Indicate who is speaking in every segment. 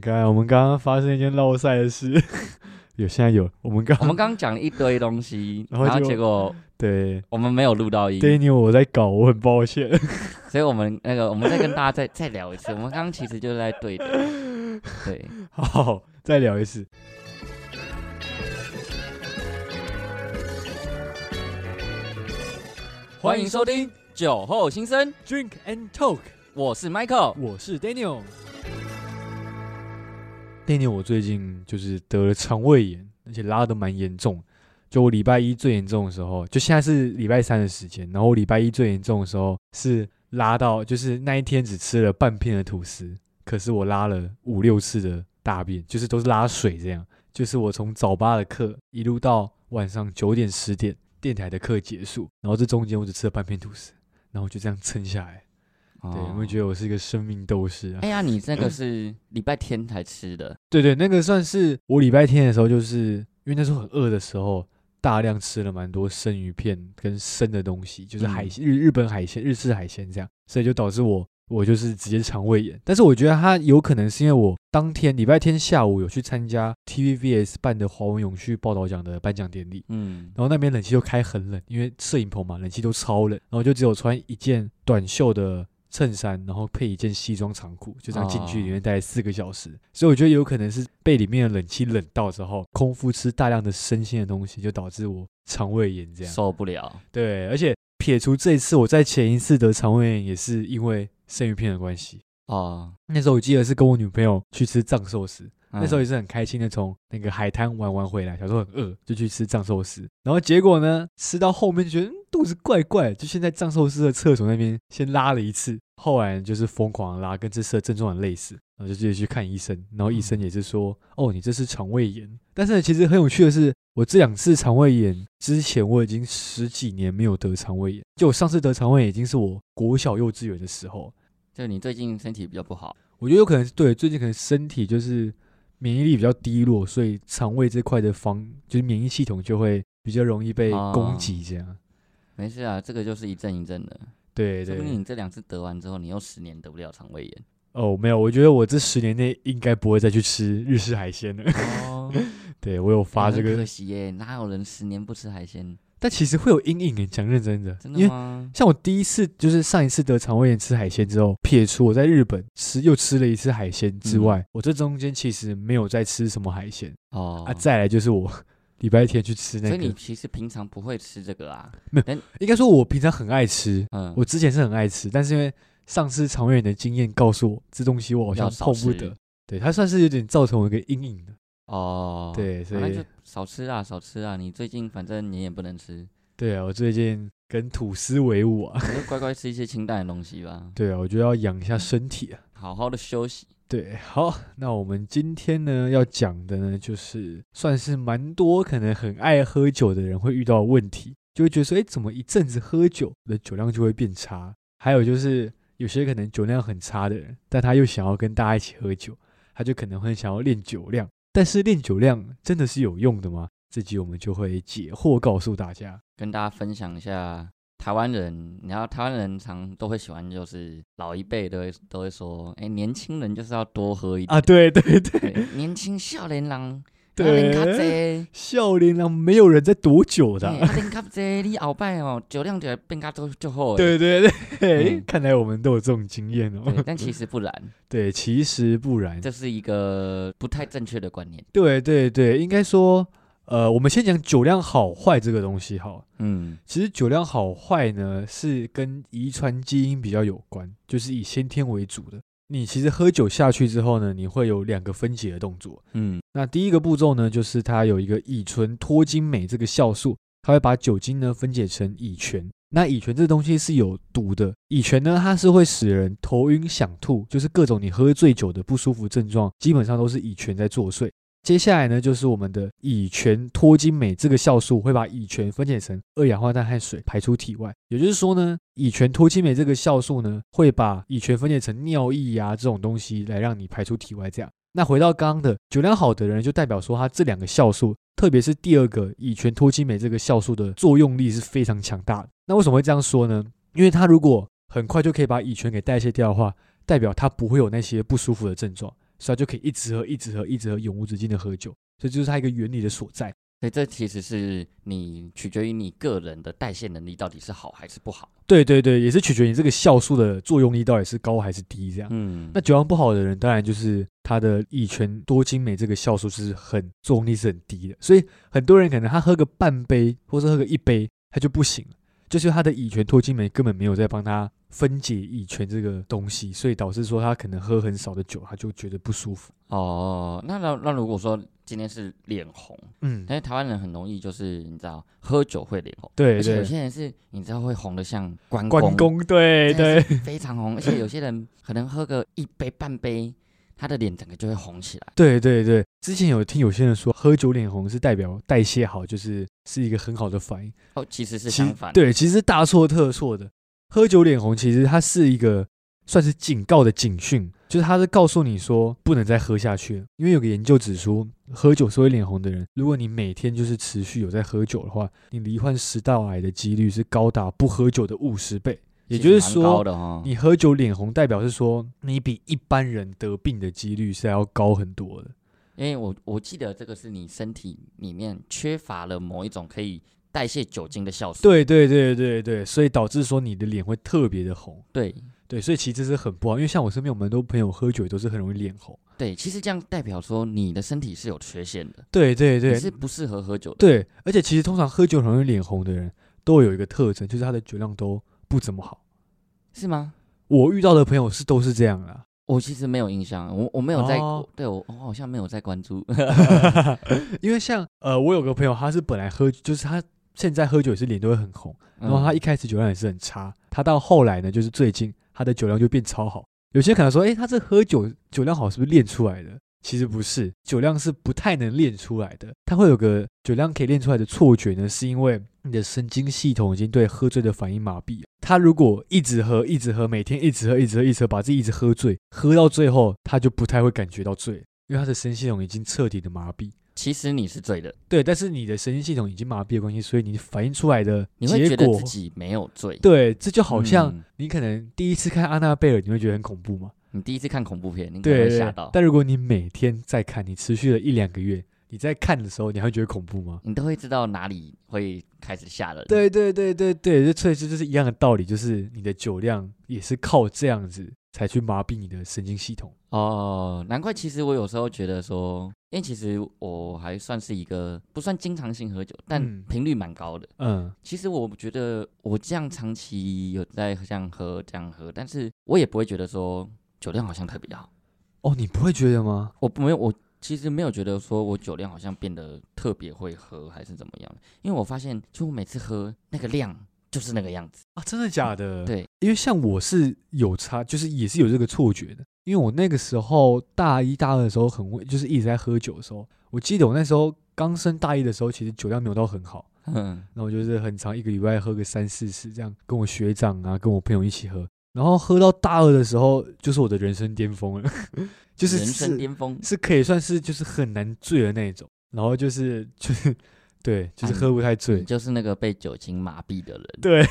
Speaker 1: 看，我们刚刚发生一件绕赛的事， 有现在有，我们刚
Speaker 2: 我们刚刚讲了一堆东西，
Speaker 1: 然
Speaker 2: 然
Speaker 1: 后
Speaker 2: 后
Speaker 1: 结
Speaker 2: 结果
Speaker 1: 对
Speaker 2: 我们没有录到音，
Speaker 1: d a n 我在搞，我很抱歉。
Speaker 2: 所以我们那个我们再跟大家再再聊一次。我们刚刚其实就是在对的，对，
Speaker 1: 好，再聊一次。
Speaker 2: 欢迎收听酒后心声，
Speaker 1: Drink and Talk，
Speaker 2: 我是 Michael。
Speaker 1: 我是 Daniel。Daniel，我最近就是得了肠胃炎，而且拉的蛮严重。就我礼拜一最严重的时候，就现在是礼拜三的时间，然后我礼拜一最严重的时候是拉到，就是那一天只吃了半片的吐司，可是我拉了五六次的大便，就是都是拉水这样。就是我从早八的课一路到晚上九点十点，电台的课结束，然后这中间我只吃了半片吐司，然后就这样撑下来。对，有没有觉
Speaker 2: 得？
Speaker 1: 得哦我是一个生命斗士啊
Speaker 2: 啊哦哎？呀，你这个是礼拜天才吃的，
Speaker 1: 对对，那个算是我礼拜天的时候，就是因为那时候很饿的时候，大量吃了蛮多生鱼片跟生的东西，就是海
Speaker 2: 嗯
Speaker 1: 鲜、日日本海鲜、日式海鲜这样，所以就导致我我就是直接肠胃炎。但是我觉得它有可能是因为我当天礼拜天下午有去参加 TVBS 办的华文永续报道奖的颁奖典礼，
Speaker 2: 嗯，
Speaker 1: 然后那边冷气又开很冷，因为摄影棚嘛，冷气都超冷，然后就只有穿一件短袖的衬衫，然后配一件西装长裤，就这样进去里面待四个小时。所以我觉得有可能是被里面的冷气冷到之后，空腹吃大量的生鲜的东西，就导致我肠胃炎这样。
Speaker 2: 受不了。
Speaker 1: 对，而且撇除这一次，我在前一次得肠胃炎也是因为生鱼片的关系。
Speaker 2: 哦，
Speaker 1: 那时候我记得是跟我女朋友去吃藏寿司，
Speaker 2: 嗯
Speaker 1: 那时候也是很开心的，从那个海滩玩完回来，小时候很饿，就去吃藏寿司。然后结果呢，吃到后面就觉得、嗯肚子怪怪的，就先在藏寿司的厕所那边先拉了一次，后来就是疯狂拉，跟这次的症状很类似，然后就直接去看医生。然后医生也是说，哦，你这是肠胃炎。但是呢其实很有趣的是，我这两次肠胃炎之前，我已经十几年没有得肠胃炎，就我上次得肠胃炎已经是我国小幼稚园的时候，
Speaker 2: 就你最近身体比较不好，
Speaker 1: 我觉得有可能是对，最近可能身体就是免疫力比较低落，所以肠胃这块的防就是免疫系统就会比较容易被
Speaker 2: 哦
Speaker 1: 攻击，这样。
Speaker 2: 没事啊，这个就是一阵一阵的。
Speaker 1: 对
Speaker 2: 说
Speaker 1: 对
Speaker 2: 不定你这两次得完之后，你又十年得不了肠胃炎。
Speaker 1: 哦，没有，我觉得我这十年内应该不会再去吃日式海鲜了。
Speaker 2: 哦，
Speaker 1: 对我有发这
Speaker 2: 很哦可
Speaker 1: 个，
Speaker 2: 惜耶，哪有人十年不吃海鲜？
Speaker 1: 但其实会有阴影诶，欸讲认真的，
Speaker 2: 真
Speaker 1: 因
Speaker 2: 的
Speaker 1: 为
Speaker 2: 吗？
Speaker 1: 像我第一次就是上一次得肠胃炎吃海鲜之后，撇除我在日本吃又吃了一次海鲜
Speaker 2: 嗯
Speaker 1: 之外，我这中间其实没有再吃什么海鲜、
Speaker 2: 哦
Speaker 1: 啊。再来就是我 礼拜天去吃那
Speaker 2: 所
Speaker 1: 个，
Speaker 2: 以你其实平常不会吃这个啊？
Speaker 1: 应该说，我平常很爱吃，
Speaker 2: 嗯，
Speaker 1: 我之前是很爱吃，但是因为上次肠胃炎的经验告诉我，这东西我好像
Speaker 2: 要少
Speaker 1: 碰不
Speaker 2: 吃
Speaker 1: 得，对，它算是有点造成我一个阴影的，
Speaker 2: 哦，
Speaker 1: 对，
Speaker 2: 啊
Speaker 1: 所
Speaker 2: 那
Speaker 1: 以
Speaker 2: 就少吃啊，少吃啊！你最近反正你也不能吃，
Speaker 1: 对啊，我最近跟吐司为伍啊，
Speaker 2: 你就乖乖吃一些清淡的东西吧，
Speaker 1: 对啊，我觉得要养一
Speaker 2: 嗯
Speaker 1: 下身体啊，
Speaker 2: 好好的休息。
Speaker 1: 对，好，那我们今天呢要讲的呢，就是算是蛮多可能很爱喝酒的人会遇到的问题，就会觉得说，哎，怎么一阵子喝酒，我的酒量就会变差？还有就是有些可能酒量很差的人，但他又想要跟大家一起喝酒，他就可能会想要练酒量，但是练酒量真的是有用的吗？这集我们就会解惑告诉大家。
Speaker 2: 跟大家分享一下台湾人，你知道台湾人常都会喜欢，就是老一辈都会都会说，哎、年轻人就是要多喝一点，
Speaker 1: 啊，对对 对
Speaker 2: 对，年轻少年郎，
Speaker 1: 对
Speaker 2: 卡济，
Speaker 1: 笑脸郎没有人在躲酒的
Speaker 2: 对，
Speaker 1: 啊，
Speaker 2: 阿林卡济，你后摆哦，酒量就会变卡多就好的。
Speaker 1: 对对对，
Speaker 2: 嗯
Speaker 1: 看来我们都有这种经验哦。
Speaker 2: 对，但其实不然，
Speaker 1: 对，其实不然。
Speaker 2: 这是一个不太正确的观念。
Speaker 1: 对对对，应该说，呃，我们先讲酒量好坏这个东西好了。
Speaker 2: 嗯，
Speaker 1: 其实酒量好坏呢，是跟遗传基因比较有关，就是以先天为主的。你其实喝酒下去之后呢，你会有两个分解的动作。
Speaker 2: 嗯，
Speaker 1: 那第一个步骤呢，就是它有一个乙醇脱精酶这个酵素，它会把酒精呢分解成乙醛。那乙醛这东西是有毒的，乙醛呢它是会使人头晕、想吐，就是各种你喝醉酒的不舒服症状，基本上都是乙醛在作祟。接下来呢，就是我们的乙醛脱精酶这个酵素会把乙醛分解成二氧化碳和水排出体外。也就是说呢，乙醛脱精酶这个酵素呢，会把乙醛分解成尿液啊这种东西来让你排出体外。这样，那回到刚刚的酒量好的人，就代表说他这两个酵素，特别是第二个乙醛脱氢酶这个酵素的作用力是非常强大的。那为什么会这样说呢？因为他如果很快就可以把乙醛给代谢掉的话，代表他不会有那些不舒服的症状。所以他就可以一直喝、一直喝、一直喝，永无止境的喝酒。所以这就是它一个原理的所在。
Speaker 2: 所以这其实是你取决于你个人的代谢能力到底是好还是不好。
Speaker 1: 对对对，也是取决于你这个酵素的作用力到底是高还是低这样。
Speaker 2: 嗯，
Speaker 1: 那酒量不好的人，当然就是他的乙醛多精酶这个酵素是很作用力是很低的，所以很多人可能他喝个半杯或者喝个一杯，他就不行了，就是他的乙醛多精酶根本没有在帮他分解乙醛这个东西，所以导致说他可能喝很少的酒，他就觉得不舒服。
Speaker 2: 哦，那那那如果说今天是脸红，
Speaker 1: 嗯，
Speaker 2: 但是台湾人很容易就是你知道喝酒会脸红，
Speaker 1: 对
Speaker 2: 而且有
Speaker 1: 对，
Speaker 2: 些人是你知道会红的像关
Speaker 1: 关公对
Speaker 2: 真
Speaker 1: 对，
Speaker 2: 的是非常红，而且有些人可能喝个一杯半杯，他的脸整个就会红起来。
Speaker 1: 对对对，之前有听有些人说喝酒脸红是代表代谢好，就是是一个很好的反应。
Speaker 2: 哦，其实是
Speaker 1: 其
Speaker 2: 相反，，
Speaker 1: 对，其实大错特错的。喝酒脸红，其实它是一个算是警告的警讯，就是它是告诉你说不能再喝下去了。因为有个研究指出，喝酒是会脸红的人，如果你每天就是持续有在喝酒的话，你罹患食道癌的几率是高达不喝酒的五十倍。也就是
Speaker 2: 蛮高
Speaker 1: 说，
Speaker 2: 的哦，
Speaker 1: 你喝酒脸红，代表是说你比一般人得病的几率是要高很多的。
Speaker 2: 因为我我记得这个是你身体里面缺乏了某一种可以代谢酒精的酵素。
Speaker 1: 对对对对对，所以导致说你的脸会特别的红。
Speaker 2: 对
Speaker 1: 对，所以其实是很不好，因为像我身边我们都朋友喝酒也都是很容易脸红。
Speaker 2: 对，其实这样代表说你的身体是有缺陷的，
Speaker 1: 对对
Speaker 2: 你
Speaker 1: 对
Speaker 2: 是不适合喝酒的。
Speaker 1: 对，而且其实通常喝酒很容易脸红的人，都有一个特征，就是他的酒量都不怎么好。
Speaker 2: 是吗？
Speaker 1: 我遇到的朋友是都是这样啦，
Speaker 2: 我其实没有印象，我我没有在，
Speaker 1: 哦
Speaker 2: 对我我好像没有在关注。
Speaker 1: 因为像呃，我有个朋友他是本来喝，就是他现在喝酒也是脸都会很红，
Speaker 2: 嗯
Speaker 1: 然后他一开始酒量也是很差，他到后来呢，就是最近他的酒量就变超好。有些人可能说，诶，他这喝酒酒量好是不是练出来的？其实不是，酒量是不太能练出来的。他会有个酒量可以练出来的错觉呢，是因为你的神经系统已经对喝醉的反应麻痹了。他如果一直喝，一直喝，每天一直喝，一直喝，一直喝，把自己一直喝醉，喝到最后他就不太会感觉到醉，因为他的神经系统已经彻底的麻痹。
Speaker 2: 其实你是醉的，
Speaker 1: 对，但是你的神经系统已经麻痹的关系，所以你反映出来的
Speaker 2: 你会
Speaker 1: 结
Speaker 2: 觉得
Speaker 1: 果
Speaker 2: 自己没有醉。
Speaker 1: 对，这就好像
Speaker 2: 嗯
Speaker 1: 你可能第一次看安娜贝尔，你会觉得很恐怖嘛？
Speaker 2: 你第一次看恐怖片，你可能
Speaker 1: 对
Speaker 2: 会
Speaker 1: 对
Speaker 2: 吓
Speaker 1: 对
Speaker 2: 到，
Speaker 1: 但如果你每天在看，你持续了一两个月，你在看的时候，你还会觉得恐怖吗？
Speaker 2: 你都会知道哪里会开始吓人。，
Speaker 1: 对对对对对，这所以这就是一样的道理，就是你的酒量也是靠这样子才去麻痹你的神经系统。
Speaker 2: 哦，难怪其实我有时候觉得说，因为其实我还算是一个不算经常性喝酒，但
Speaker 1: 嗯
Speaker 2: 频率蛮高的。
Speaker 1: 嗯，
Speaker 2: 其实我觉得我这样长期有在这样喝这样喝，但是我也不会觉得说酒量好像特别好，
Speaker 1: 哦，你不会觉得吗？
Speaker 2: 我没有我。其实没有觉得说我酒量好像变得特别会喝还是怎么样的，因为我发现就我每次喝那个量就是那个样子。
Speaker 1: 啊，真的假的？
Speaker 2: 嗯对，
Speaker 1: 因为像我是有差，就是也是有这个错觉的。因为我那个时候大一大二的时候很会，就是一直在喝酒的时候，我记得我那时候刚升大一的时候，其实酒量没有到很好，
Speaker 2: 嗯，
Speaker 1: 那我就是很常一个礼拜喝个三四次，这样跟我学长啊，跟我朋友一起喝。然后喝到大二的时候，就是我的人生巅峰了， 就是
Speaker 2: 人生
Speaker 1: 是
Speaker 2: 巅峰，
Speaker 1: 是可以算是就是很难醉的那种。然后就是 就是对，就是
Speaker 2: 啊
Speaker 1: 喝不太醉
Speaker 2: 你，就是那个被酒精麻痹的人。
Speaker 1: 对，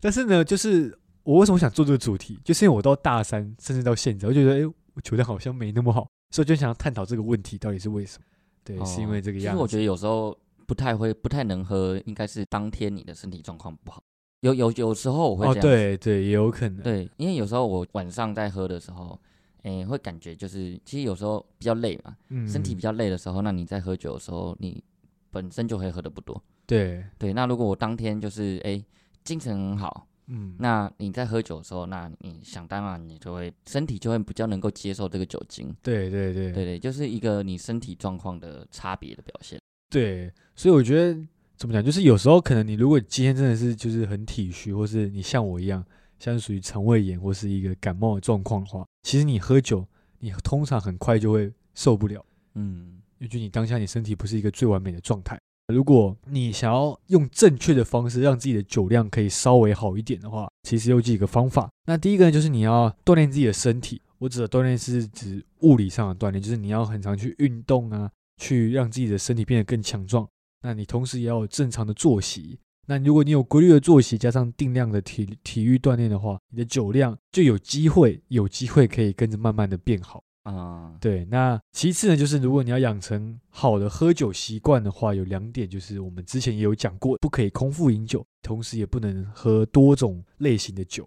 Speaker 1: 但是呢，就是我为什么想做这个主题，就是因为我到大三，甚至到现在，我觉得哎、诶我酒量好像没那么好，所以就想要探讨这个问题到底是为什么。对，
Speaker 2: 哦
Speaker 1: 是因为这个
Speaker 2: 其实
Speaker 1: 样
Speaker 2: 我
Speaker 1: 子。
Speaker 2: 觉得有时候不太会、不太能喝，应该是当天你的身体状况不好。有有有时候我会
Speaker 1: 哦，
Speaker 2: 这样，
Speaker 1: 对对，也有可能。
Speaker 2: 对因为有时候我晚上在喝的时候，诶、会感觉就是，其实有时候比较累嘛，
Speaker 1: 嗯
Speaker 2: 身体比较累的时候，那你在喝酒的时候，你本身就会喝的不多。
Speaker 1: 对，
Speaker 2: 对，那如果我当天就是诶、精神很好，
Speaker 1: 嗯，
Speaker 2: 那你在喝酒的时候，那你想当然你就会身体就会比较能够接受这个酒精。
Speaker 1: 对对对
Speaker 2: 对对，就是一个你身体状况的差别的表现。
Speaker 1: 对，所以我觉得怎么讲，就是有时候可能你如果今天真的是就是很体虚，或是你像我一样，像是属于肠胃炎或是一个感冒的状况的话，其实你喝酒，你通常很快就会受不了。
Speaker 2: 嗯，
Speaker 1: 也就你当下你身体不是一个最完美的状态。如果你想要用正确的方式让自己的酒量可以稍微好一点的话，其实有几个方法。那第一个呢，就是你要锻炼自己的身体。我指的锻炼是指物理上的锻炼，就是你要很常去运动啊，去让自己的身体变得更强壮。那你同时也要有正常的作息。那如果你有规律的作息，加上定量的体体育锻炼的话，你的酒量就有机会，有机会可以跟着慢慢的变好。
Speaker 2: 嗯，
Speaker 1: 对，那其次呢，就是如果你要养成好的喝酒习惯的话，有两点，就是我们之前也有讲过，不可以空腹饮酒，同时也不能喝多种类型的酒。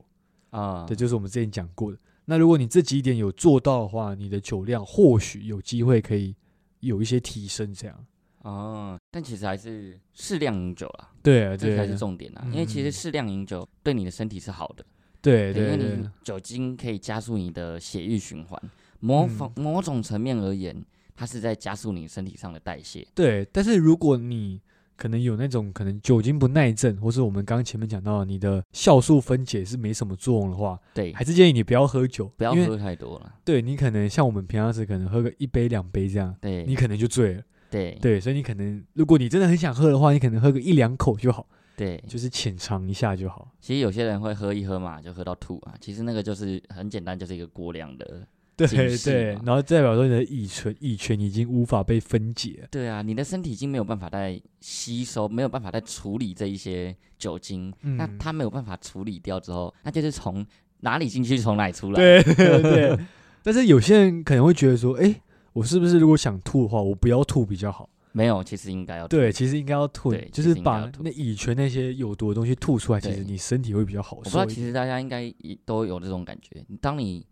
Speaker 2: 啊，
Speaker 1: 这就是我们之前讲过的。那如果你这几点有做到的话，你的酒量或许有机会可以有一些提升。这样，
Speaker 2: 哦，但其实还是适量饮酒啦，
Speaker 1: 对啊，
Speaker 2: 这
Speaker 1: 对
Speaker 2: 个才是
Speaker 1: 啊，
Speaker 2: 重点啦。因为其实
Speaker 1: 嗯
Speaker 2: 适量饮酒对你的身体是好的，
Speaker 1: 对对
Speaker 2: 对因为
Speaker 1: 对嗯
Speaker 2: 你，酒精可以加速你的血液循环，某方某种层面而言，它是在加速你身体上的代谢。
Speaker 1: 对。但是如果你可能有那种可能酒精不耐症，或是我们刚刚前面讲到的你的酵素分解是没什么作用的话，
Speaker 2: 对，
Speaker 1: 还是建议你不要喝酒，
Speaker 2: 不要
Speaker 1: 因为
Speaker 2: 喝太多了。
Speaker 1: 对你可能像我们平常时可能喝个一杯两杯这样，
Speaker 2: 对，
Speaker 1: 你可能就醉了。
Speaker 2: 对
Speaker 1: 对，所以你可能如果你真的很想喝的话，你可能喝个一两口就好，
Speaker 2: 对，
Speaker 1: 就是浅尝一下就好。
Speaker 2: 其实有些人会喝一喝嘛，就喝到吐啊。其实那个就是很简单，就是一个过量的。
Speaker 1: 对
Speaker 2: 警示
Speaker 1: 对，
Speaker 2: 嘛
Speaker 1: 然后代表说你的乙醇乙醛已经无法被分解了。
Speaker 2: 对啊，你的身体已经没有办法再吸收，没有办法再处理这一些酒精，那
Speaker 1: 嗯
Speaker 2: 它没有办法处理掉之后，那就是从哪里进去从哪里出来。
Speaker 1: 对对，但是有些人可能会觉得说，哎，我是不是如果想吐的话，我不要吐比较好？
Speaker 2: 没有，其实应该要
Speaker 1: 对，其实应该要吐
Speaker 2: 对，
Speaker 1: 就
Speaker 2: 其实
Speaker 1: 是
Speaker 2: 应该
Speaker 1: 把
Speaker 2: 要吐
Speaker 1: 那乙醛那些有毒的东西吐出来，其
Speaker 2: 对
Speaker 1: 实你身体会比较好
Speaker 2: 我不知
Speaker 1: 受
Speaker 2: 道，
Speaker 1: 一
Speaker 2: 其
Speaker 1: 点。
Speaker 2: 实大家应该也都有这种感觉。当你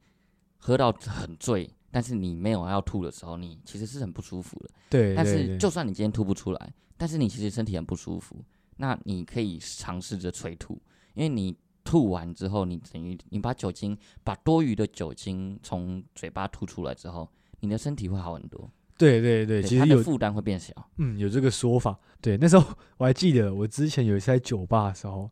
Speaker 2: 喝到很醉，但是你没有要吐的时候，你其实是很不舒服的。
Speaker 1: 对，
Speaker 2: 但
Speaker 1: 对
Speaker 2: 是
Speaker 1: 对
Speaker 2: 就算你今天吐不出来，但是你其实身体很不舒服，那你可以尝试着催吐，因为你吐完之后，你等于你把酒精把多余的酒精从嘴巴吐出来之后，你的身体会好很多，
Speaker 1: 对对对，其
Speaker 2: 它
Speaker 1: 实
Speaker 2: 的
Speaker 1: 有
Speaker 2: 负担会变小。
Speaker 1: 嗯，有这个说法。对，那时候我还记得，我之前有一次在酒吧的时候，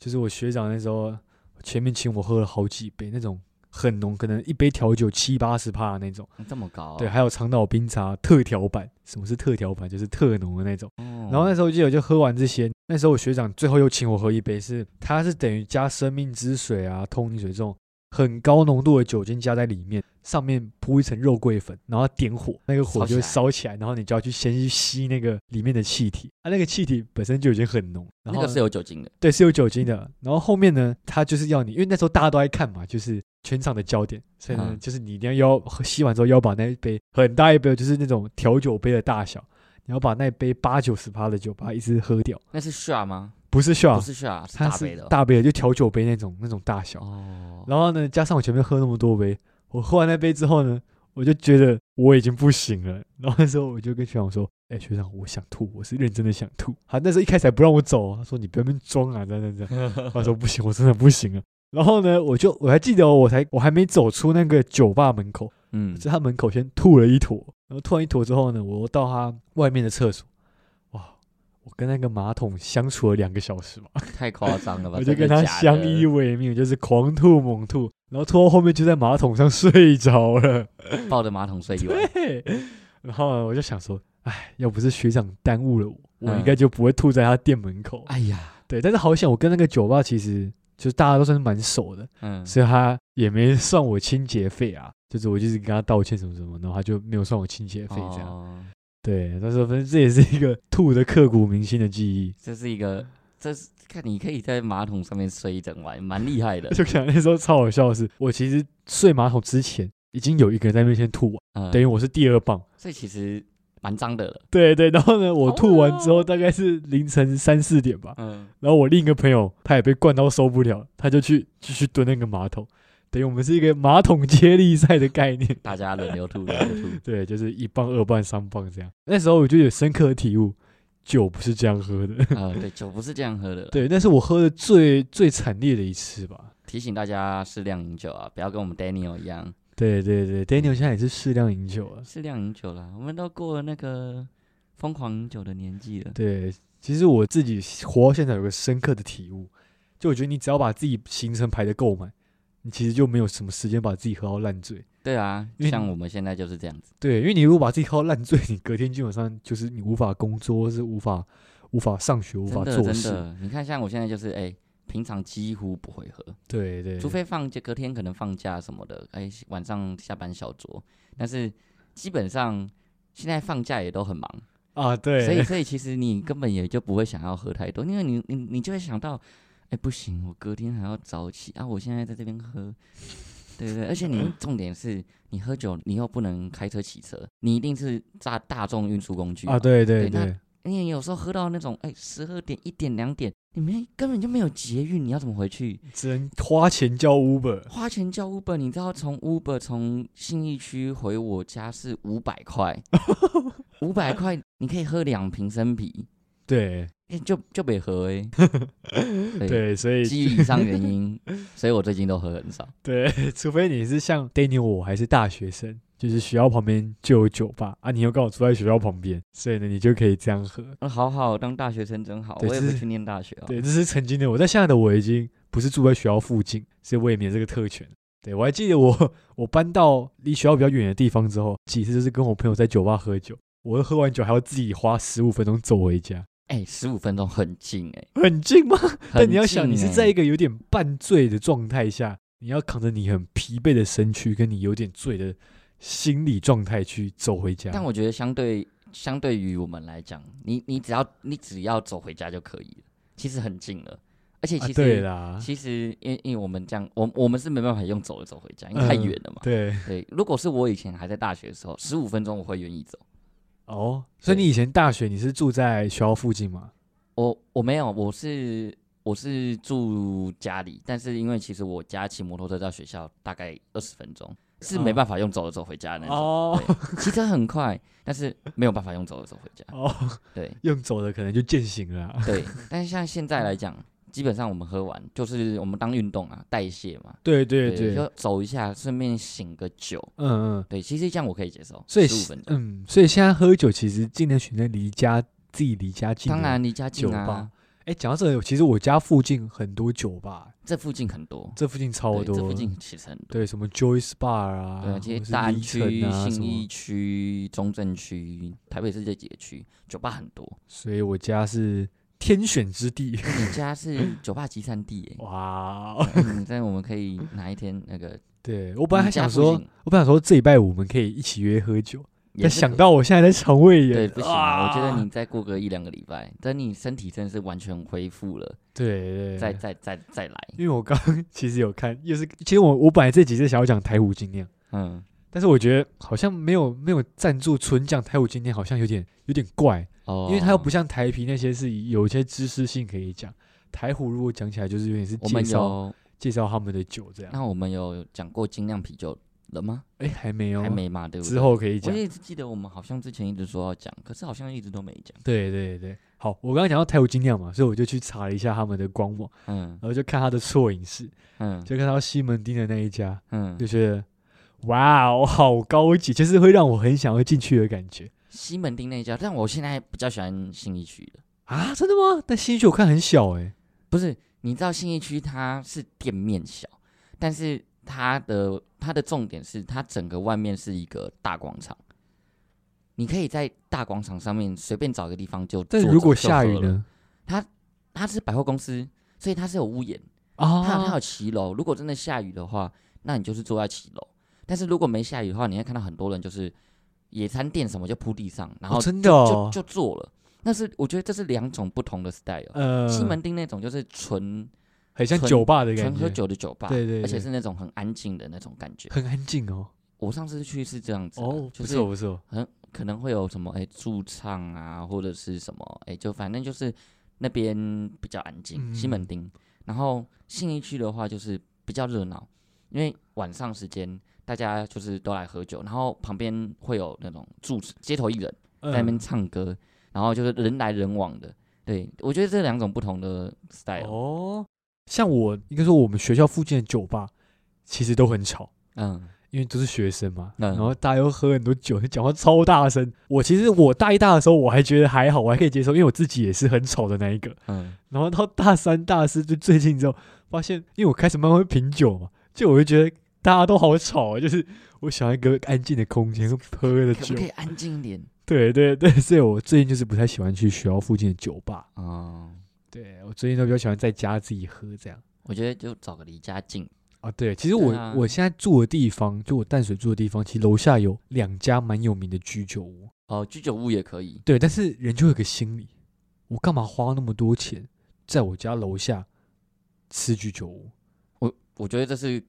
Speaker 1: 就是我学长那时候前面请我喝了好几杯那种很浓，可能一杯调酒七八十帕那种。
Speaker 2: 嗯这么高、
Speaker 1: 对，，还有长岛冰茶特调版。什么是特调版？就是特浓的那种。
Speaker 2: 哦、
Speaker 1: 然后那时候我记得我就喝完这些，那时候我学长最后又请我喝一杯是，它是等于加生命之水啊、通灵水这种很高浓度的酒精加在里面，上面铺一层肉桂粉，然后点火，那个火
Speaker 2: 烧
Speaker 1: 就会
Speaker 2: 起来
Speaker 1: 烧起来，然后你就要去先去吸那个里面的气体，它、那个气体本身就已经很浓，然
Speaker 2: 那
Speaker 1: 后
Speaker 2: 个是有酒精的，
Speaker 1: 对是有酒精的，然后后面呢，它就是要你，因为那时候大家都在看嘛，就是。全场的焦点，所以呢，
Speaker 2: 嗯
Speaker 1: 就是你一定要喝吸完之后，要把那一杯很大一杯，就是那种调酒杯的大小，你要把那杯八九十趴的酒把它一直喝掉。
Speaker 2: 那是 shot 吗？
Speaker 1: 不是 shot，
Speaker 2: 不是 shot，是
Speaker 1: 它
Speaker 2: 大
Speaker 1: 啊是
Speaker 2: 杯的哦、
Speaker 1: 大杯的，就调酒杯那种那种大小。
Speaker 2: 哦，
Speaker 1: 然后呢，加上我前面喝那么多杯，我喝完那杯之后呢，我就觉得我已经不行了。然后那时候我就跟学长说：“哎、学长，我想吐，我是认真的想吐。”他那时候一开始还不让我走哦，他说：“你不要那边装啊，这样这样这样。”我说不行，我真的不行了。啊然后呢，我就我还记得、哦，我才我还没走出那个酒吧门口，
Speaker 2: 嗯，
Speaker 1: 在他门口先吐了一坨，然后吐完一坨之后呢，我又到他外面的厕所，哇，我跟那个马桶相处了两个小时吧，
Speaker 2: 太夸张了吧？
Speaker 1: 我就
Speaker 2: 真
Speaker 1: 跟
Speaker 2: 的
Speaker 1: 他
Speaker 2: 假
Speaker 1: 相
Speaker 2: 的
Speaker 1: 依为命，就是狂吐猛吐，然后吐到后面就在马桶上睡着 了。
Speaker 2: 抱着马桶睡一晚。
Speaker 1: 嘿，然后我就想说，哎，要不是学长耽误了我，我
Speaker 2: 嗯
Speaker 1: 应该就不会吐在他店门口。
Speaker 2: 哎呀，
Speaker 1: 对，但是好险，我跟那个酒吧其实就是大家都算是蛮熟的，
Speaker 2: 嗯，
Speaker 1: 所以他也没算我清洁费啊，就是我就是跟他道歉什么什么，然后他就没有算我清洁费这样。
Speaker 2: 哦
Speaker 1: 对，但是反正这也是一个吐的刻骨铭心的记忆。
Speaker 2: 这是一个，这是看你可以在马桶上面睡一整晚，蛮
Speaker 1: 。
Speaker 2: 厉害的
Speaker 1: 就想那时候超好笑的是，我其实睡马桶之前已经有一个人在那边先吐完，
Speaker 2: 嗯，
Speaker 1: 等于我是第二棒。
Speaker 2: 所以其实蛮脏的了。
Speaker 1: 对对，然后呢，我吐完之后大概是凌晨三四点吧，
Speaker 2: 嗯，
Speaker 1: 然后我另一个朋友他也被灌到受不了，他就去继续蹲那个马桶，等于我们是一个马桶接力赛的概念。
Speaker 2: 大家轮流吐，轮 流吐。
Speaker 1: 对，就是一棒、二棒、三棒这样。那时候我就有深刻的体悟，酒不是这样喝的。
Speaker 2: 啊、对，酒不是这样喝的啦。
Speaker 1: 对，那是我喝的最最惨烈的一次吧。
Speaker 2: 提醒大家适量饮酒啊，不要跟我们 Daniel 一样
Speaker 1: 对对对，Daniel 现在也是适量饮酒了。啊
Speaker 2: 适量饮酒啦。我们都过了那个疯狂饮酒的年纪了。
Speaker 1: 对，其实我自己活到现在有个深刻的体悟，就我觉得你只要把自己行程排的够满，你其实就没有什么时间把自己喝到烂醉。
Speaker 2: 对啊，
Speaker 1: 因为
Speaker 2: 像我们现在就是这样子。
Speaker 1: 对，因为你如果把自己喝到烂醉，你隔天基本上就是你无法工作，或是无法无法上学，无
Speaker 2: 真
Speaker 1: 法
Speaker 2: 的
Speaker 1: 做
Speaker 2: 真
Speaker 1: 事。
Speaker 2: 的，你看像我现在就是哎、平常几乎不会喝，
Speaker 1: 对对，
Speaker 2: 除非放假，隔天可能放假什么的，哎，晚上下班小酌。但是基本上现在放假也都很忙，
Speaker 1: 啊，对，
Speaker 2: 所以 所以其实你根本也就不会想要喝太多，因为你你你就会想到，哎，不行，我隔天还要早起啊，我现在在这边喝，对对，对而且 你重点是你喝酒，你又不能开车骑车，你一定是搭大众运输工具
Speaker 1: 啊，
Speaker 2: 嘛，
Speaker 1: 对对
Speaker 2: 对那
Speaker 1: 对，
Speaker 2: 你有时候喝到那种哎十二点、一点、两点，你们根本就没有捷运，你要怎么回去？
Speaker 1: 只能花钱叫 Uber，
Speaker 2: 花钱叫 Uber，你知道从 Uber 从信义区回我家是五百 块，五百块你可以喝两瓶生啤，
Speaker 1: 对
Speaker 2: 哎、就就别 喝哎、对
Speaker 1: 对，所以
Speaker 2: 基于以上 原因，所以我最近都喝很少。
Speaker 1: 对， 除非你是像 Daniel 我还是大学生，就是学校旁边就有酒吧啊，你又刚好住在学校旁边，所以呢，你就可以这样喝。
Speaker 2: 啊好好当大学生真好，
Speaker 1: 对
Speaker 2: 我也
Speaker 1: 这
Speaker 2: 不
Speaker 1: 是
Speaker 2: 去念大学啊、
Speaker 1: 对，这是曾经的我，但现在的我已经不是住在学校附近，所以我也没有这个特权。对我还记得我 我搬到离学校比较远的地方之后，几次就是跟我朋友在酒吧喝酒，我喝完酒还要自己花十五分钟走回家，
Speaker 2: 哎，十五分钟很近哎、
Speaker 1: 很近欸吗？但你要想，
Speaker 2: 很
Speaker 1: 你
Speaker 2: 近
Speaker 1: 是
Speaker 2: 哎
Speaker 1: 在一个有点半醉的状态下，你要扛着你很疲惫的身躯，跟你有点醉的心理状态去走回家。
Speaker 2: 但我觉得相对相对于我们来讲，你你只要你只要走回家就可以了，其实很近了，而且
Speaker 1: 啊
Speaker 2: 其，实、
Speaker 1: 对啦，
Speaker 2: 其实，因为因为我们这样，我我们是没办法用走的走回家，因为
Speaker 1: 嗯
Speaker 2: 太远了嘛。
Speaker 1: 对
Speaker 2: 对，如果是我以前还在大学的时候，十五分钟我会愿意走。
Speaker 1: 哦，所以你以前大学你是住在学校附近吗？
Speaker 2: 我我没有，我是我是住家里，但是因为其实我家骑摩托车到学校大概二十分钟，是没办法用走的走回家的那种。
Speaker 1: 嗯哦
Speaker 2: 骑车很快，但是没有办法用走的走回家。
Speaker 1: 哦，
Speaker 2: 对
Speaker 1: 用走的可能就践行了啊。
Speaker 2: 对，但是像现在来讲，基本上我们喝完就是我们当运动啊，代谢嘛。
Speaker 1: 对对对，
Speaker 2: 就走一下，顺便醒个酒。
Speaker 1: 嗯嗯，
Speaker 2: 对，其实这样我可以接受，
Speaker 1: 所以
Speaker 2: 十五分钟。
Speaker 1: 嗯，所以现在喝酒其实尽量选择离家自己离家近。
Speaker 2: 当，然离家近
Speaker 1: 酒吧
Speaker 2: 啊，
Speaker 1: 哎，讲到这个，其实我家附近很多酒吧，
Speaker 2: 这附近很多，
Speaker 1: 这附近超
Speaker 2: 对
Speaker 1: 多，
Speaker 2: 这附近其实很多。
Speaker 1: 对，什么 Joyce Bar 啊，
Speaker 2: 对啊，其
Speaker 1: 或
Speaker 2: 实
Speaker 1: 是
Speaker 2: 大安
Speaker 1: 黎
Speaker 2: 区、
Speaker 1: 城啊什
Speaker 2: 信
Speaker 1: 么
Speaker 2: 义，区、中正区、台北市这几个区酒吧很多。
Speaker 1: 所以我家是天选之 地。
Speaker 2: 你家 是酒吧集散地耶、
Speaker 1: 哇哦，
Speaker 2: 嗯，但我们可以哪一天那个，
Speaker 1: 对我本来还
Speaker 2: 啊你家
Speaker 1: 想
Speaker 2: 附
Speaker 1: 说
Speaker 2: 近，
Speaker 1: 我本来想说这礼拜五我们可以一起约喝酒，
Speaker 2: 也
Speaker 1: 但
Speaker 2: 是
Speaker 1: 想
Speaker 2: 可
Speaker 1: 到我现在在肠胃炎，
Speaker 2: 对不行啊，我觉得
Speaker 1: 啊
Speaker 2: 你再过个一两个礼拜，等你身体真的是完全恢复了，
Speaker 1: 对对
Speaker 2: 再
Speaker 1: 对，
Speaker 2: 再再再来。
Speaker 1: 因为我刚刚 其实有看，又是其实我我本来这集是想要讲台虎精酿，
Speaker 2: 嗯，
Speaker 1: 但是我觉得好像没有没有赞助，纯讲台虎精酿好像有点有点怪，
Speaker 2: 哦，
Speaker 1: 因为它又不像台啤那些是有一些知识性可以讲，台虎如果讲起来就是有点是
Speaker 2: 我
Speaker 1: 介
Speaker 2: 们
Speaker 1: 绍
Speaker 2: 有，
Speaker 1: 介绍他们的酒这样。
Speaker 2: 那我们有讲过精酿啤酒了吗？
Speaker 1: 哎，还没有，
Speaker 2: 还没嘛，对不对？
Speaker 1: 之后可以
Speaker 2: 我
Speaker 1: 讲。
Speaker 2: 一直记得我们好像之前一直说要讲，可是好像一直都没讲。
Speaker 1: 对对对，好，我刚刚讲到台虎精酿嘛，所以我就去查了一下他们的官网，
Speaker 2: 嗯
Speaker 1: 然后就看他的错影视，
Speaker 2: 嗯
Speaker 1: 就看到西门町的那一家，
Speaker 2: 嗯
Speaker 1: 就，觉得哇哦，好高级，就是会让我很想要进去的感觉
Speaker 2: 西门町那一家，但我现在比较喜欢信义区的。
Speaker 1: 啊！真的吗？但新区我看很小哎、
Speaker 2: 不是，你知道信义区它是店面小，但是它的它的重点是它整个外面是一个大广场，你可以在大广场上面随便找一个地方就坐
Speaker 1: 但
Speaker 2: 着。
Speaker 1: 如果
Speaker 2: 就
Speaker 1: 下
Speaker 2: 喝
Speaker 1: 雨
Speaker 2: 了？
Speaker 1: 呢？
Speaker 2: 它是百货公司，所以它是有屋檐，它有它
Speaker 1: 啊
Speaker 2: 有，骑楼。如果真的下雨的话，那你就是坐在骑楼。但是如果没下雨的话，你会看到很多人就是野餐垫什么就铺地上，然后
Speaker 1: 哦真的哦
Speaker 2: 就，就做了。那是我觉得这是两种不同的 style。
Speaker 1: 呃，
Speaker 2: 西门町那种就是纯
Speaker 1: 很像
Speaker 2: 纯
Speaker 1: 酒吧的感
Speaker 2: 纯
Speaker 1: 觉，
Speaker 2: 喝酒的酒吧，
Speaker 1: 对对
Speaker 2: 而且
Speaker 1: 对
Speaker 2: 是那种很安静的那种感觉。
Speaker 1: 很安静哦。
Speaker 2: 我上次去是这样子啊、
Speaker 1: 哦，
Speaker 2: 就
Speaker 1: 不
Speaker 2: 是
Speaker 1: 错不错，
Speaker 2: 可能会有什么哎驻唱啊，或者是什么哎，就反正就是那边比较安静，西门
Speaker 1: 嗯
Speaker 2: 町。然后信义区的话就是比较热闹，因为晚上时间大家就是都来喝酒，然后旁边会有那种驻街头艺人在那边
Speaker 1: 嗯
Speaker 2: 唱歌，然后就是人来人往的。对，我觉得这两种不同的 style，、
Speaker 1: 哦，像我应该说我们学校附近的酒吧其实都很吵。
Speaker 2: 嗯，
Speaker 1: 因为都是学生嘛，
Speaker 2: 嗯
Speaker 1: 然后大家又喝很多酒，讲话超大声。我其实我大一大的时候我还觉得还好，我还可以接受，因为我自己也是很吵的那一个。
Speaker 2: 嗯，
Speaker 1: 然后到大三、大四就最近之后，发现因为我开始慢慢会品酒嘛，就我就觉得大家都好吵啊，就是我想要一个安静的空间喝的
Speaker 2: 可
Speaker 1: 酒
Speaker 2: 不可。以安静一点？
Speaker 1: 对对对，所以我最近就是不太喜欢去学校附近的酒吧。
Speaker 2: 哦，
Speaker 1: 对我最近都比较喜欢在家自己喝这样。
Speaker 2: 我觉得就找个离家近，
Speaker 1: 啊，对，其实我、
Speaker 2: 对啊
Speaker 1: 我现在住的地方，就我淡水住的地方，其实楼下有两家蛮有名的居酒屋。
Speaker 2: 哦，居酒屋也可以。
Speaker 1: 对，但是人就有个心理，我干嘛花那么多钱在我家楼下吃居酒屋？
Speaker 2: 我我觉得这是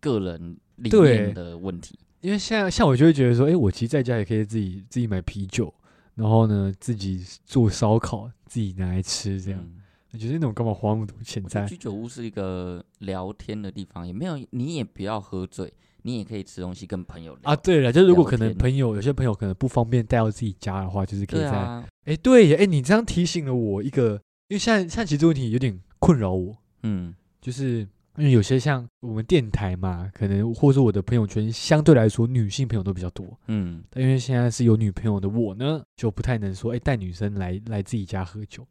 Speaker 2: 个人理
Speaker 1: 对
Speaker 2: 念的问题。
Speaker 1: 因为像像我就会觉得说，哎、我其实在家也可以自己自己买啤酒，然后呢自己做烧烤，自己拿来吃，这样、
Speaker 2: 嗯
Speaker 1: 我觉得那种干嘛花那么多钱
Speaker 2: 我觉得
Speaker 1: 在
Speaker 2: 居酒屋是一个聊天的地方，也没有你也不要喝醉，你也可以吃东西跟朋友聊
Speaker 1: 啊？对了，就是如果
Speaker 2: 聊
Speaker 1: 可能
Speaker 2: 天
Speaker 1: 朋友有些朋友可能不方便带到自己家的话，就是可以
Speaker 2: 对
Speaker 1: 在
Speaker 2: 啊，
Speaker 1: 哎、对耶，哎、你这样提醒了我一个，因为现在现在其实这个问题有点困扰我，
Speaker 2: 嗯
Speaker 1: 就是因为有些像我们电台嘛，可能或者我的朋友圈相对来说女性朋友都比较多，
Speaker 2: 嗯，
Speaker 1: 但因为现在是有女朋友的我呢，就不太能说哎、带女生来来自己家喝酒，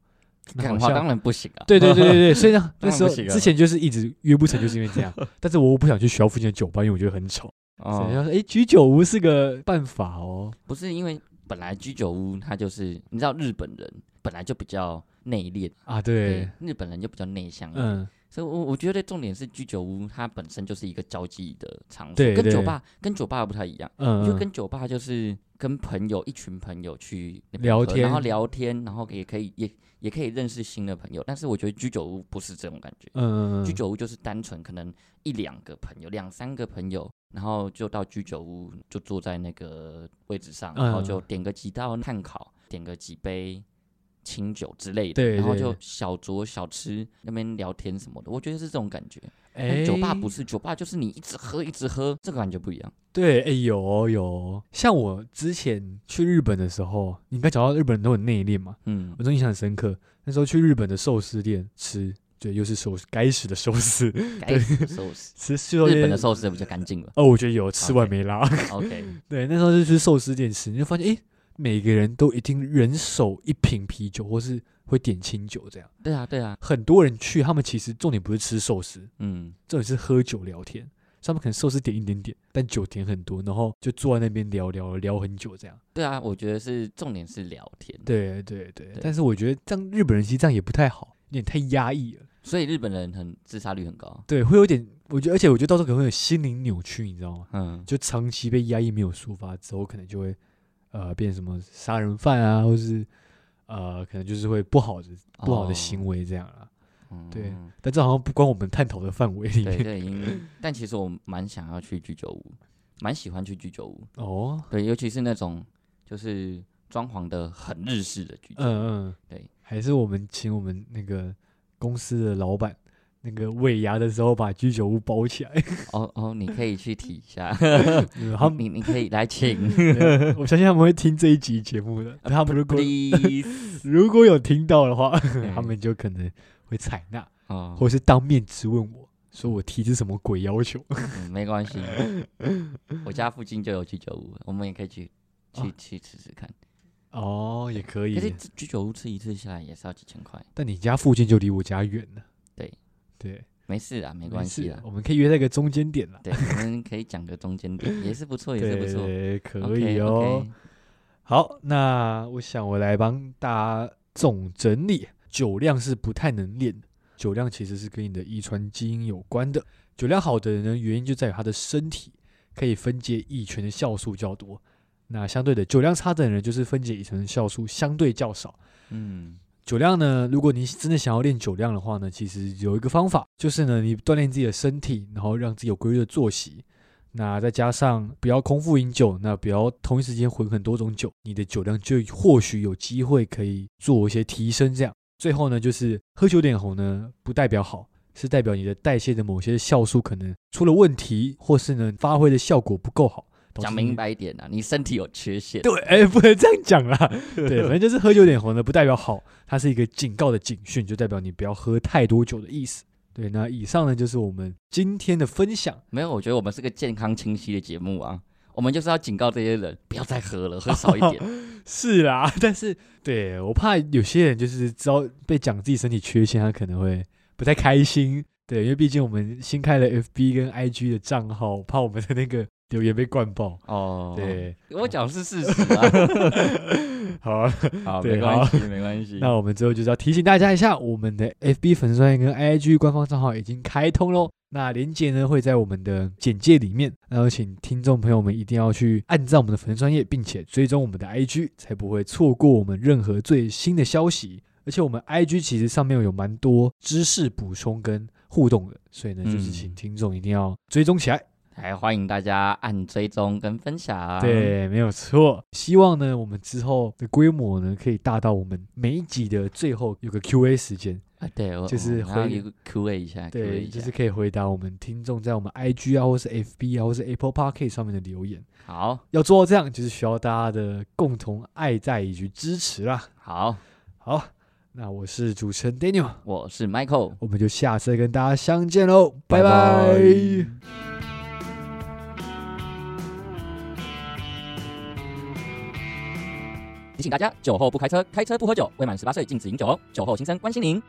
Speaker 1: 那
Speaker 2: 干
Speaker 1: 好
Speaker 2: 话
Speaker 1: 像
Speaker 2: 当然不行啊。
Speaker 1: 对对对对对，所以呢 那
Speaker 2: 当然
Speaker 1: 时候
Speaker 2: 不行啊
Speaker 1: 之前就是一直约不成，就是因为这 样，但是我又不想去学校附近的酒吧，因为我觉得很吵，所以
Speaker 2: 哦，
Speaker 1: 说哎、居酒屋是个办法哦，
Speaker 2: 不是因为本来居酒屋它就是你知道日本人本来就比较内敛，
Speaker 1: 啊对，，
Speaker 2: 日本人就比较内向一点，
Speaker 1: 嗯
Speaker 2: 所以我我觉得重点是居酒屋它本身就是一个交际的场所，
Speaker 1: 对
Speaker 2: 跟
Speaker 1: 对
Speaker 2: 酒吧跟酒吧不太一样。
Speaker 1: 嗯，
Speaker 2: 我觉
Speaker 1: 嗯
Speaker 2: 得跟酒吧就是跟朋友一群朋友去那边
Speaker 1: 嗯聊
Speaker 2: 喝
Speaker 1: 天
Speaker 2: 然后聊天，然后也可以也也可以认识新的朋友。但是我觉得居酒屋不是这种感觉，
Speaker 1: 嗯嗯
Speaker 2: 居酒屋就是单纯可能一两个朋友、两三个朋友，然后就到居酒屋就坐在那个位置上，然后
Speaker 1: 嗯
Speaker 2: 就点个几道炭烤，点个几杯清酒之类的，
Speaker 1: 对
Speaker 2: 然后
Speaker 1: 对
Speaker 2: 就小酌小吃那边聊天什么的，我觉得是这种感觉。但
Speaker 1: 哎
Speaker 2: 酒吧不是，酒吧就是你一直喝一直喝，这个感觉不一样。
Speaker 1: 对，哎、有哦有哦，像我之前去日本的时候，你刚讲到日本人都很内敛嘛，
Speaker 2: 嗯
Speaker 1: 我，真的印象很深刻。那时候去日本的寿司店吃，对，又是寿司，该死的寿司，
Speaker 2: 该 死的寿司。
Speaker 1: 吃寿司
Speaker 2: 日本
Speaker 1: 店
Speaker 2: 的。寿司比较干净了
Speaker 1: 。哦，我觉得有吃完
Speaker 2: OK
Speaker 1: 没拉。
Speaker 2: OK，
Speaker 1: 对，那时候就去寿司店吃，你就发现，哎、每个人都一定人手一瓶啤酒，或是会点清酒这样。
Speaker 2: 对啊，对啊，
Speaker 1: 很多人去，他们其实重点不是吃寿司，
Speaker 2: 嗯，
Speaker 1: 重点是喝酒聊天。所以他们可能寿司点一点点，但酒点很多，然后就坐在那边聊聊聊很久这样。
Speaker 2: 对啊，我觉得是重点是聊天，
Speaker 1: 对对对
Speaker 2: 对，
Speaker 1: 但是我觉得这样日本人其实这样也不太好，有点太压抑了。
Speaker 2: 所以日本人很自杀率很高。
Speaker 1: 对，会有点，我觉得，而且我觉得到时候可能会有心灵扭曲，你知道吗？
Speaker 2: 嗯，
Speaker 1: 就长期被压抑没有抒发之后，可能就会呃变什么杀人犯啊，或是呃可能就是会不好的不好的行为这样啦。
Speaker 2: 哦，
Speaker 1: 对
Speaker 2: 嗯
Speaker 1: 但这好像不关我们探讨的范围里
Speaker 2: 对，
Speaker 1: 面
Speaker 2: 这已经。但其实我蛮想要去居酒屋，蛮喜欢去居酒屋。
Speaker 1: 哦。
Speaker 2: 对，尤其是那种就是装潢的很日式的居酒屋。
Speaker 1: 嗯嗯，
Speaker 2: 对，
Speaker 1: 还是我们请我们那个公司的老板。那个尾牙的时候把居酒屋包起 来，
Speaker 2: 哦哦，你可以去提一下，
Speaker 1: 嗯 他们
Speaker 2: 你你可啊以 来请
Speaker 1: 我相信他们会听这一集节目的。他们如果
Speaker 2: ，please。
Speaker 1: 如果有听到的话， 他
Speaker 2: 嗯
Speaker 1: 们就可能会采纳，
Speaker 2: 哦，
Speaker 1: 或是当面质问我说我提的什么鬼要 求。
Speaker 2: 嗯，没关系，我家附近就有居酒屋，我们也可以去去、
Speaker 1: 哦
Speaker 2: 去吃吃看。
Speaker 1: 哦，也可
Speaker 2: 可是
Speaker 1: 以，
Speaker 2: 这居酒屋吃一次下来也是要几千块，
Speaker 1: 但你家附近就离我家远了。
Speaker 2: 对
Speaker 1: 对，
Speaker 2: 没事啊，没关系
Speaker 1: 事
Speaker 2: 啦。
Speaker 1: 我们可以约在一个中间点啦。
Speaker 2: 对，我们可以讲个中间点，也是不错，也是不错。
Speaker 1: 对，可
Speaker 2: OK，
Speaker 1: 以
Speaker 2: OK
Speaker 1: 哦。好，那我想我来帮大家总整理，酒量是不太能练的。酒量其实是跟你的遗传基因有关的。酒量好的人呢，原因就在于他的身体可以分解乙醛的酵素较多。那相对的，酒量差的人就是分解乙醛的酵素相对较少。
Speaker 2: 嗯，
Speaker 1: 酒量呢，如果你真的想要练酒量的话呢，其实有一个方法，就是呢，你锻炼自己的身体，然后让自己有规律的作息。那再加上不要空腹饮酒，那不要同一时间混很多种酒，你的酒量就或许有机会可以做一些提升。这样，最后呢，就是喝酒脸红呢，不代表好，是代表你的代谢的某些酵素可能出了问题，或是呢发挥的效果不够好。导致
Speaker 2: 讲
Speaker 1: 你
Speaker 2: 明白一点啊，你身体有缺陷。
Speaker 1: 对，哎、不能这样讲啦。对，反正就是喝酒脸红呢，不代表好，它是一个警告的警讯，就代表你不要喝太多酒的意思。对，那以上呢就是我们今天的分享。
Speaker 2: 没有，我觉得我们是个健康清晰的节目啊，我们就是要警告这些人不要再喝了，喝少 一点。
Speaker 1: 是啦， 但是对我怕有些人就是知道被讲自己身体缺陷，他可能会不太开心。对，因为毕竟我们新开了 FB 跟 IG 的账号，怕我们的那个留言被灌爆。
Speaker 2: 哦，，
Speaker 1: 对，
Speaker 2: 我讲的是事实 啊。
Speaker 1: 好啊，
Speaker 2: 好，
Speaker 1: 对
Speaker 2: 没关系，没关系。
Speaker 1: 那我们最后就是要提醒大家一下，我们的 FB 粉丝专页跟 IG 官方账号已经开通喽。那连接呢会在我们的简介里面，然后请听众朋友们一定要去按照我们的粉丝专页，并且追踪我们的 IG，才不会错过我们任何最新的消息。而且我们 IG 其实上面有蛮多知识补充跟互动的，所以呢，就是请
Speaker 2: 嗯
Speaker 1: 听众一定要追踪起来。
Speaker 2: 还欢迎大家按追踪跟分享。，
Speaker 1: 对，没有错。希望呢，我们之后的规模呢，可以大到我们每一集的最后有个 Q&A 时间，
Speaker 2: 啊，对，我
Speaker 1: 就是
Speaker 2: 我然后
Speaker 1: 回
Speaker 2: 有个 Q&A 一下，Q&A
Speaker 1: 对，
Speaker 2: 一
Speaker 1: 就
Speaker 2: 下
Speaker 1: 是可以回答我们听众在我们 IG 啊，或是 FB 啊，或是 Apple Park 上面的留言。
Speaker 2: 好
Speaker 1: 要做到这样，就是需要大家的共同爱戴以及支持啦。
Speaker 2: 好，
Speaker 1: 好，那我是主持人 Daniel，
Speaker 2: 我是 Michael，
Speaker 1: 我们就下次再跟大家相见喽，拜拜。
Speaker 2: 提醒大家，酒后不开车，开车不喝酒，未满十八岁禁止饮酒哦。酒后心生关心您。